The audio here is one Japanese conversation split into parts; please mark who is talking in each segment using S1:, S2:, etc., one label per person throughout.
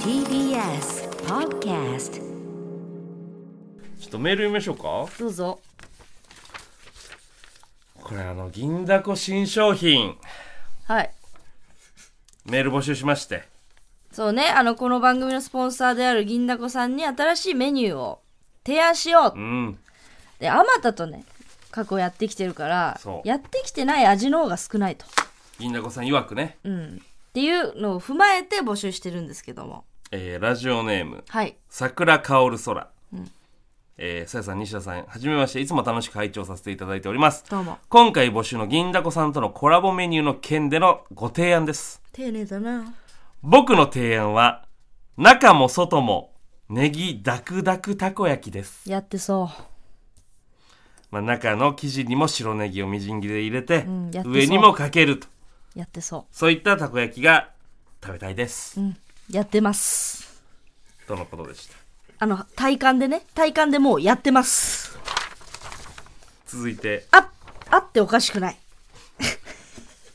S1: TBS Podcast
S2: ちょっとメール読みましょうか
S1: どうぞ
S2: これあの銀だこ新商品
S1: はい
S2: メール募集しまして
S1: そうねあのこの番組のスポンサーである銀だこさんに新しいメニューを提案しよう
S2: うん
S1: であまたとね過去やってきてるから
S2: そう
S1: やってきてない味の方が少ないと、
S2: 銀だこさん曰くね、
S1: うん、っていうのを踏まえて募集してるんですけども
S2: えーラジオネーム
S1: はい
S2: 桜香る空、えーさやさん西田さんはじめましていつも楽しく拝聴させていただいております
S1: どうも
S2: 今回募集の銀だこさんとのコラボメニューの件でのご提案です
S1: 丁寧だな
S2: 僕の提案は中も外もネギダクダクたこ焼きです
S1: やってそ
S2: まあ、中の生地にも白ネギをみじん切りで入れて,、
S1: んやってそう
S2: 上にもかけると
S1: うやってそ
S2: そういったたこ焼きが食べたいです、
S1: ううんやってます
S2: とのことでした
S1: あの体感でね体感でもうやってます
S2: 続いて、
S1: ああっておかしくない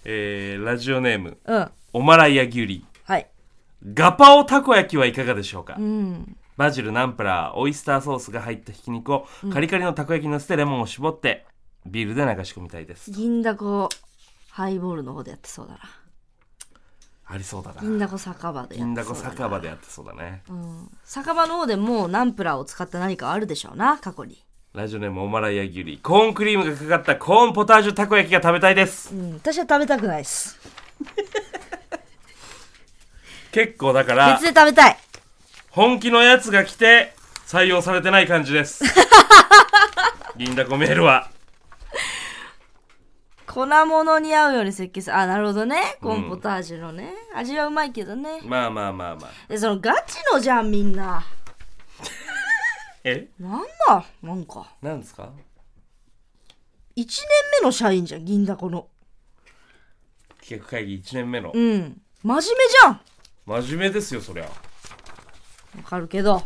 S2: えーラジオネーム
S1: うん
S2: おまらいやぎゅり
S1: はい
S2: ガパオたこ焼きはいかがでしょうか、
S1: うん
S2: バジルナンプラーオイスターソースが入ったひき肉をカリカリのたこ焼きに乗せてレモンを絞ってビールで流し込みたいです、
S1: 銀だこハイボールの方でやってそうだな
S2: ありそうだな
S1: 銀だこ酒場でや
S2: 銀
S1: っ
S2: だ
S1: てそ
S2: こ
S1: うな
S2: 酒場でやってそうだね、
S1: うん、酒場の方でもうナンプラーを使った何かあるでしょうな過去に、
S2: ラジオネームおまらいやぎゅりコーンクリームがかかったコーンポタージュたこ焼きが食べたいです
S1: うん、私は食べたくないです
S2: 結構だから
S1: 別で食べたい
S2: 本気のやつが来て採用されてない感じです 銀だこメールは
S1: 粉物に合うように設計するあなるほどねコーンポタージュのね、味はうまいけどね
S2: まあまあまあまあ
S1: でそのガチのじゃんみんな
S2: え
S1: なんだなんか
S2: なんですか
S1: 1年目の社員じゃん銀だこの
S2: 企画会議1年目の
S1: うん真面目じゃん
S2: 真面目ですよそりゃ
S1: わかるけど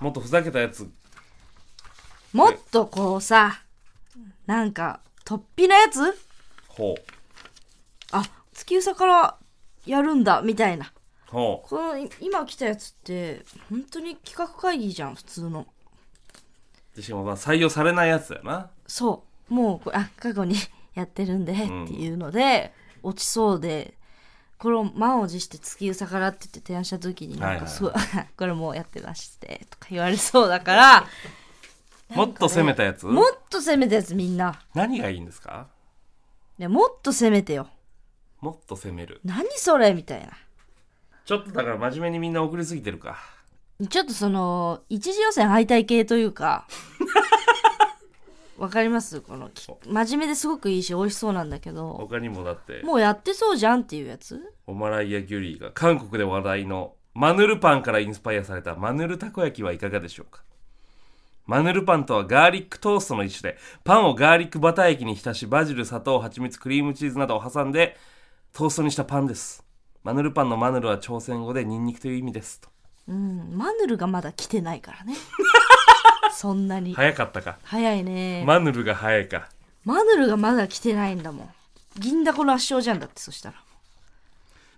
S2: もっとふざけたやつ
S1: もっとこうさなんか突飛なやつ
S2: ほう
S1: あ月うさからやるんだみたいな
S2: ほう
S1: このい今来たやつって本当に企画会議じゃん普通の
S2: でしかもまあ採用されないやつだよな
S1: そうもうこれあ過去にやってるんで、
S2: ん
S1: っていうので落ちそうでこれを満を持して月うさからって言って提案した時になんかすごい、 これもうやってましてとか言われそうだから
S2: もっと攻めたやつ
S1: もっと攻めたやつみんな、
S2: 何がいいんですか
S1: ね、もっと攻めてよ
S2: もっと攻める
S1: 何それみたいな
S2: ちょっとだから真面目にみんな送りすぎてるか
S1: ちょっとその一次予選敗退系というかわかりますこのき真面目ですごくいいし美味しそうなんだけど
S2: 他にもだって
S1: もうやってそうじゃんっていうやつ
S2: オマライア・ギュリーが韓国で話題のマヌルパンからインスパイアされたマヌルたこ焼きはいかがでしょうかマヌルパンとはガーリックトーストの一種でパンをガーリックバター液に浸しバジル砂糖蜂蜜クリームチーズなどを挟んでトーストにしたパンですマヌルパンのマヌルは朝鮮語でニンニクという意味ですと
S1: うんマヌルがまだ来てないからねそんなに、
S2: 早かったか
S1: 早いね、
S2: マヌルが早いか
S1: マヌルがまだ来てないんだもん銀だこの圧勝じゃんだってそしたら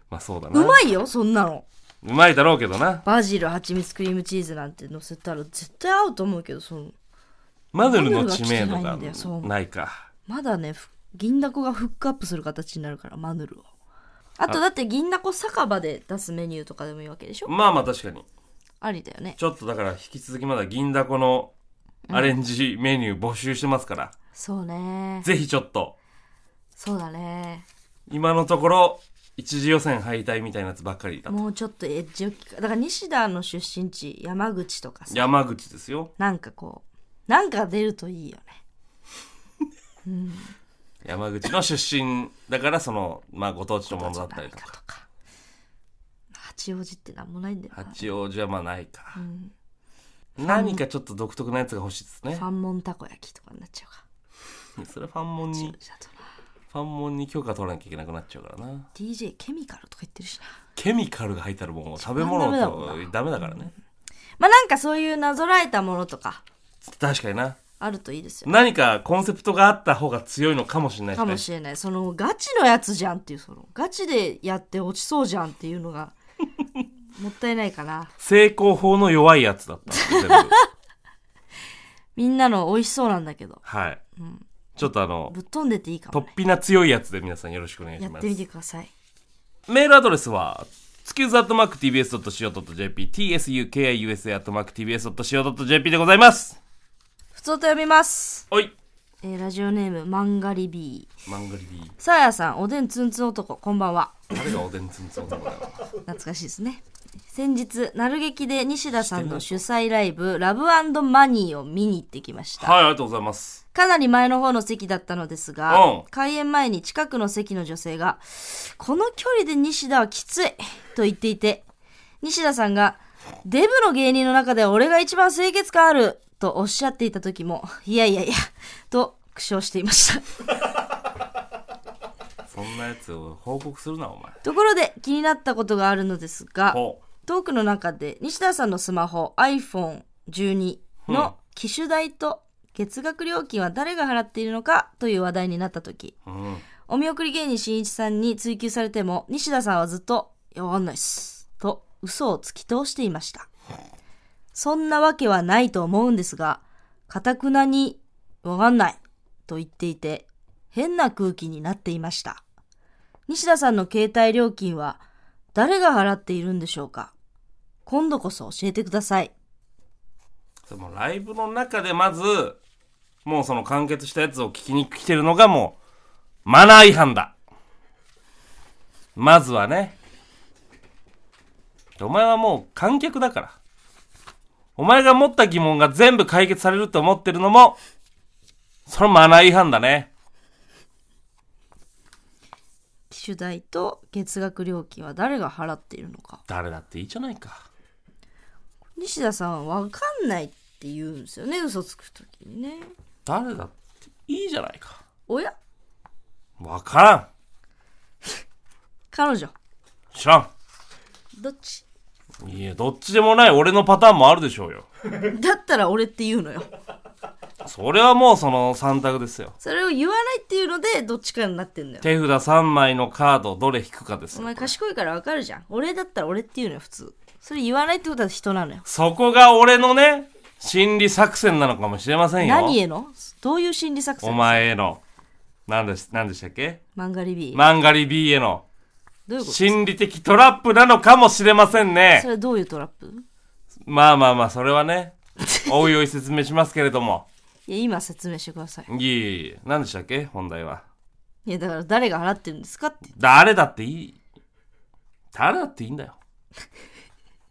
S2: まあそうだな
S1: うまいよそんなの
S2: うまいだろうけどな
S1: バジル蜂蜜クリームチーズなんて乗せたら絶対合うと思うけどその
S2: マヌルの知名
S1: マヌルが来てな
S2: 度
S1: い
S2: が
S1: んだよそう
S2: ないか
S1: まだねふ銀だこがフックアップする形になるからマヌルをあとだって銀だこ酒場で出すメニューとかでもいいわけでしょ
S2: まあまあ確かに
S1: ありだよね
S2: ちょっとだから引き続きまだ銀だこのアレンジメニュー募集してますから、
S1: そうね
S2: ぜひちょっと、
S1: そうだね
S2: 今のところ、一次予選敗退みたいなやつばっかりだと。
S1: もうちょっとエッジを利かだから西田の出身地山口とかさ
S2: 山口ですよ。
S1: なんかこうなんか出るといいよね
S2: 山口の出身だから、その、まあ、ご当地のものだった
S1: 何
S2: りと
S1: か
S2: か。
S1: とか八王子ってなんもないんだよな
S2: 八王子はまあないか。何かちょっと独特なやつが欲しいですね
S1: フ。ァンモンたこ焼きとかになっちゃうか
S2: それはファンモンに、
S1: 八王子だとな
S2: ファンモンに許可取らなきゃいけなくなっちゃうからな。
S1: DJ ケミカルとか言ってるしな
S2: ケミカルが入ったらもう食べ
S1: ダメ
S2: 物
S1: だもん
S2: とダメだからね。
S1: まあなんかそういうなぞらえたものとか
S2: 確かにな。
S1: あるといいですよね
S2: 何かコンセプトがあった方が強いのかもしれないし
S1: かも
S2: ね。
S1: しれないそのガチのやつじゃんっていうそのガチでやって落ちそうじゃんっていうのがもったいないかな
S2: 成功法の弱いやつだった全 部
S1: みんなの美味しそうなんだけど、
S2: はい
S1: うん、
S2: ちょっとあの
S1: ぶっ飛んでっていいか
S2: 突
S1: も、ね、
S2: 飛な強いやつで皆さんよろしくお願
S1: や
S2: いし
S1: っ
S2: ます
S1: てみてください
S2: メールアドレスは、つきゅうざ .mactbs.co.jp、tsukiusa.mactbs.co.jp でございます。
S1: 普通と読みます、
S2: おい。
S1: えーラジオネームマンガリビー
S2: マンガリビー。
S1: さあやさんおでんツンツン男こんばんは
S2: 誰がおでんつんつん男だよ。
S1: 懐かしいですね先日なる劇で西田さんの主催ライブ「ラブマニー」を見に行ってきました
S2: はい、ありがとうございます。
S1: かなり前の方の席だったのですが、
S2: うん
S1: 開演前に近くの席の女性が「この距離で西田はきつい」と言っていて西田さんが「デブの芸人の中では俺が一番清潔感ある」とおっしゃっていた時も「いやいやいや」と苦笑していました
S2: そんなやつを報告するな、お前。
S1: ところで気になったことがあるのですが
S2: ほ
S1: トークの中で西田さんのスマホ iPhone12 の機種代と月額料金は誰が払っているのかという話題になった時
S2: う。うん。
S1: お見送り芸人しんいちさんに追及されても西田さんはずっと「いやわかんないっす」と嘘を突き通していましたそんなわけはないと思うんですがかたくなに「わかんない」と言っていて変な空気になっていました西田さんの携帯料金は誰が払っているんでしょうか今度こそ教えてください
S2: そのライブの中でまず、もうその完結したやつを聞きに来てるのがもう、マナー違反だ。まずはね。お前はもう観客だから。お前が持った疑問が全部解決されると思ってるのも、そのマナー違反だね。
S1: 機種代と月額料金は誰が払っているのか
S2: 誰だっていいじゃないか。
S1: 西田さんは分かんないって言うんですよね嘘つく時にね
S2: 誰だっていいじゃないか。
S1: おや
S2: わからん。
S1: 彼女
S2: 知らん。
S1: どっち
S2: いや、どっちでもない俺のパターンもあるでしょうよ。
S1: だったら俺って言うのよ
S2: それはもうその三択ですよ。
S1: それを言わないっていうのでどっちかになってんだよ
S2: 手札3枚のカードをどれ引くかですよ
S1: お前賢いから分かるじゃん俺だったら俺って言うのよ普通それ言わないってことは人なのよ
S2: そこが俺のね心理作戦なのかもしれませんよ
S1: 何へのどういう心理作
S2: お
S1: 戦
S2: 前への何でし何でしたっけ
S1: 漫画リビー、
S2: マンガリ B への
S1: どういうこと
S2: 心理的トラップなのかもしれません
S1: そ
S2: ね
S1: れはどういうトラップ
S2: まあまあまあそれ はねおいおい説明しますけれども
S1: いや今説明してください
S2: いえいえいえ何でしたっけ本題はい
S1: やだから誰が払ってるんですかって
S2: 誰だっていい誰だっていいんだよ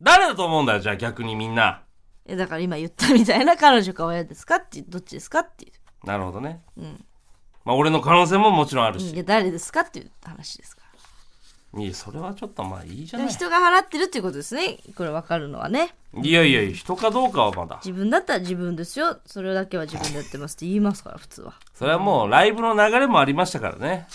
S2: 誰だと思うんだよじゃあ逆にみんない
S1: やだから今言ったみたいな彼女か親ですかってどっちですかっていう
S2: なるほどね、
S1: ん
S2: まあ俺の可能性ももちろんある
S1: うん
S2: し、
S1: いや誰ですかっていう話ですから
S2: いやそれはちょっとまあいいじ
S1: で
S2: ゃな
S1: も
S2: い
S1: 人が払ってるっていうことですねこれ分かるのはね
S2: いやいやいや人かどうかはまだ
S1: 自分だったら自分ですよそれだけは自分でやってますって言いますから普通は
S2: それはもうライブの流れもありましたからね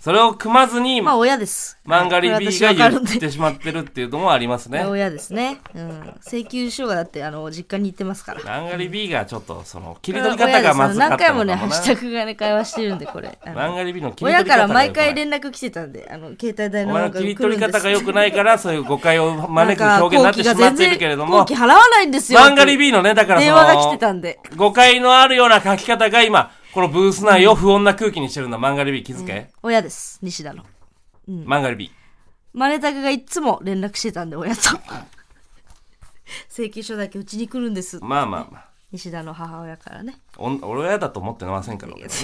S2: それを組まずに
S1: まあ
S2: マ
S1: 親です
S2: ンガリビー
S1: こ
S2: が
S1: れ私わかる
S2: 言
S1: んで
S2: ってしまってるっていうのもありますね
S1: これ親ですね、うん、請求書がだってあの実家に行ってますから
S2: マンガリビーがちょっとその切り取り方がまずか
S1: こ
S2: っ
S1: れ
S2: た
S1: は親
S2: の
S1: ですあの何回もね
S2: か
S1: ハ
S2: も
S1: ッ
S2: な
S1: シュタグがね会話してるんでこれあの
S2: マンガリビーの切り取
S1: 親
S2: り
S1: か
S2: 方が
S1: ら
S2: 良くない
S1: 毎回連絡来てたんであの携帯代
S2: お
S1: の
S2: 前
S1: 方
S2: の
S1: が
S2: 切
S1: 来
S2: り取
S1: るん
S2: り
S1: です
S2: 方が良くないからそういう誤解を招く表現になってしまっているけれど
S1: 後
S2: も
S1: 期払わないんですよ
S2: マンガリビーのねだからそ
S1: 電
S2: の
S1: 話が来てたんで
S2: 誤解のあるような書き方が今、このブース内を不穏な空気にしてるんだ。マンガリビー気づけ。
S1: 親です西田の
S2: マンガリビー。
S1: マネタクがいつも連絡してたんで親と 請求書だけうちに来るんです
S2: まあまあまあ。
S1: 西田の母親からね
S2: おん俺親だと思ってませんから、俺はね。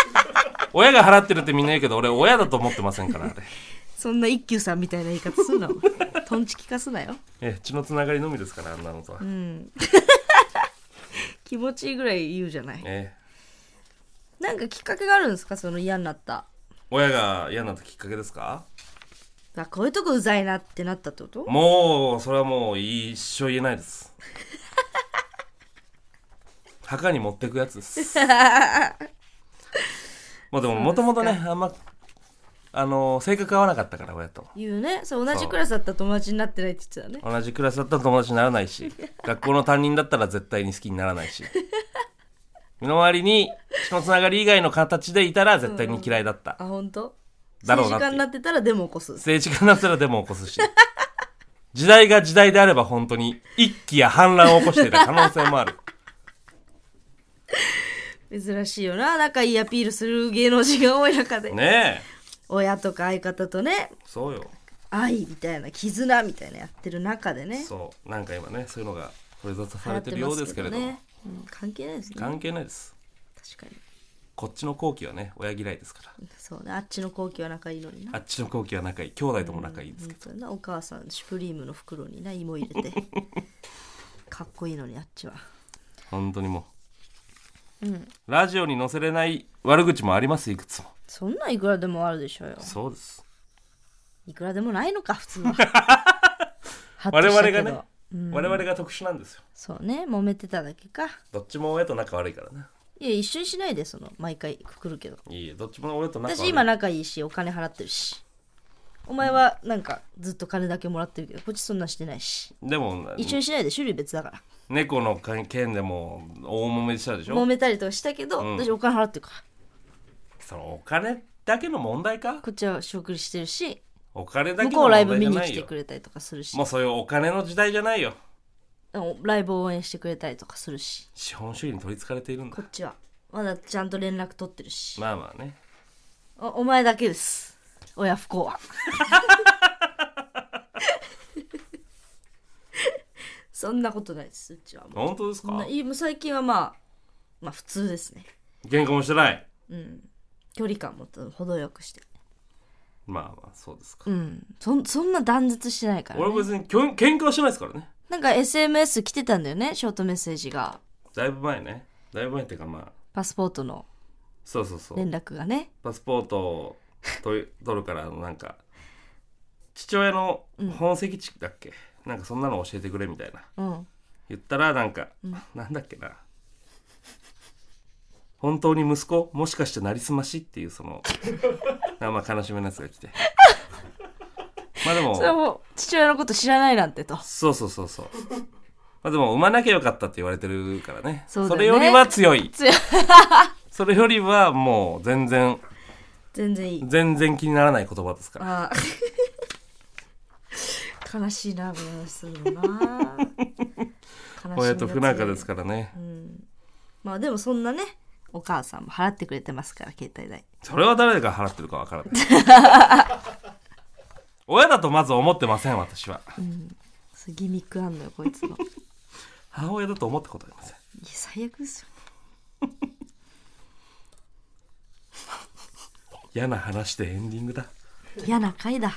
S2: 親が払ってるってみんな言うけど、俺親だと思ってませんから、あれ。
S1: そんな一休さんみたいな言い方すんなお 前トンチ聞かすなよ
S2: ええ、血のつながりのみですから、あんなのとは。
S1: 気持ちいいぐらい言うじゃない
S2: ええ
S1: なんかきっかけがあるんですかその嫌になった
S2: 親が嫌になったきっかけですか
S1: あこういうとこうざいなってなったって こと
S2: もう、それはもう一生言えない です。墓に持ってくやつ です。まあでも、もともとね、あんま、あの性格合わなかったから、親と。
S1: 言うねそう同じクラスだったら友達になってないって言ってたね
S2: 同じクラスだったら友達にならない し学校の担任だったら絶対に好きにならないし身の回りに血のつながり以外の形でいたら絶対に嫌いだった、
S1: あ本当
S2: だろう
S1: 政
S2: な
S1: 治家になって
S2: っていう
S1: たらデモを起こす。
S2: 政治家になったらデモを起こすし時代が時代であれば本当に一揆や反乱を起こしていた可能性 もある
S1: 珍しいよな。仲いいアピールする芸能人が多い中で。
S2: ねえ
S1: 親とか相方とね、
S2: そうよ
S1: 愛みたいな、絆みたいなやってる中でね。
S2: そうなんか今ねそういうのが取り沙汰さ
S1: 払
S2: れ
S1: ってて
S2: るよ
S1: ま
S2: うですけれども、
S1: ね。うん関係ないですね。確
S2: 関係ないです
S1: かに。
S2: こっちの後期はね親嫌いですから
S1: そうね。あっちの後期は仲いいのにな。
S2: あっちの後期は仲いい兄弟とも仲いいですけ
S1: 本
S2: ど、
S1: 当になお母さんシュプリームの袋にな芋入れ てかっこいいのにあっちは
S2: 本当にも
S1: うん
S2: うラジオに載せれない悪口もありますいくつも
S1: そんなんいくらでもあるでしょうよ
S2: そうです
S1: いくらでもないのか普通ははっと し
S2: 我々
S1: たけど
S2: がね、我々が特殊なんですよ
S1: そうね揉めてただけか
S2: どっちも親と仲悪いからね
S1: いや一緒にしないでその毎回くくるけど
S2: いいえどっちも親と仲悪い
S1: 私今仲いいしお金払ってるしお前はなんかずっと金だけもらってるけどこっちそんなしてないし
S2: でも
S1: 一緒にしないで種類別だから
S2: 猫の件でも大揉めしたでし
S1: 揉
S2: ょ
S1: めたりとかしたけど、
S2: うん
S1: 私お金払ってるから
S2: そのお金だけの問題か
S1: こっちは仕送りしてるし
S2: お金だ
S1: 向
S2: け
S1: こ
S2: の
S1: う
S2: 問
S1: ライブ
S2: 題
S1: 見
S2: じゃ
S1: に
S2: な
S1: 来
S2: い
S1: て
S2: よ
S1: くれたりとかするし
S2: もうそういうお金の時代じゃないよ
S1: ライブを応援してくれたりとかするし
S2: 資本主義に取りつかれているんだ
S1: こっちはまだちゃんと連絡取ってるし、
S2: まあまあね
S1: おお前だけです親不幸は そんなことないですうちはもう
S2: 本当です
S1: そんな
S2: か
S1: いもう最近はまあまあ普通ですね
S2: 喧嘩もしてない
S1: 距離感も程よくして
S2: まあまあそうですか、
S1: うんそんそんな断絶してないから、
S2: 俺
S1: ね、
S2: も別にきょん喧嘩はしてないですからね
S1: なんか SMS 来てたんだよねショートメッセージが
S2: だいぶ前ねだいぶ前っていうかまあ
S1: パスポートの
S2: そうそうそう
S1: 連絡がね
S2: パスポートを取り取るからあのなんか父親の本籍地だっけ、なんかそんなの教えてくれみたいな
S1: うん
S2: 言ったらなんか、なんだっけな本当に息子もしかしてなりすましっていうその なんかまあ悲しめのやつが来てまあ で
S1: それは
S2: も
S1: もう父親のこと知らないなんてと
S2: そうそうそう そうまあでも産まなきゃよかったって言われてるからね
S1: そうだよね
S2: れよりは強い
S1: 強い
S2: それよりはもう全然
S1: 全然いい
S2: 全然気にならない言葉ですから
S1: あ ー悲しいなこの話するのな
S2: 親と不仲です
S1: か
S2: からね、
S1: まあでもそんなねお母さんも払ってくれてますから携帯代
S2: それは誰が払ってるかわからない 親だとまず思ってません私は
S1: そうギミックあんのよこいつのいや
S2: 母親だと思ったことありません
S1: 最悪ですよ
S2: 嫌な話でエンディングだ
S1: 嫌な回だ